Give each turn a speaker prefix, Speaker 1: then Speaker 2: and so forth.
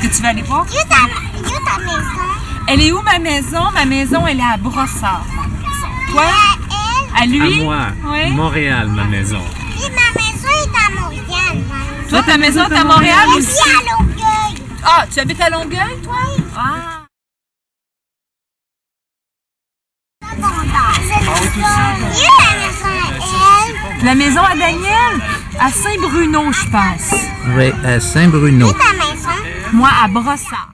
Speaker 1: que tu veux aller voir?
Speaker 2: Juste à, juste à maison.
Speaker 1: Elle est où ma maison? Ma maison, elle est à Brossard, ma maison. Toi?
Speaker 2: Elle,
Speaker 1: À lui?
Speaker 3: À moi,
Speaker 1: Oui.
Speaker 3: Montréal, ma maison.
Speaker 2: puis ma maison est à Montréal. ma maison.
Speaker 1: Toi, ta maison, est à Montréal
Speaker 2: Et
Speaker 1: aussi?
Speaker 2: puis à Longueuil.
Speaker 1: Ah, tu habites à Longueuil, toi? Ah!
Speaker 2: Bon, bon, c'est la maison. Il y a la maison à elle.
Speaker 1: La maison à Daniel? À Saint-Bruno, je pense.
Speaker 4: Oui, à Saint-Bruno.
Speaker 2: Ta maison.
Speaker 1: Moi, à Brossard.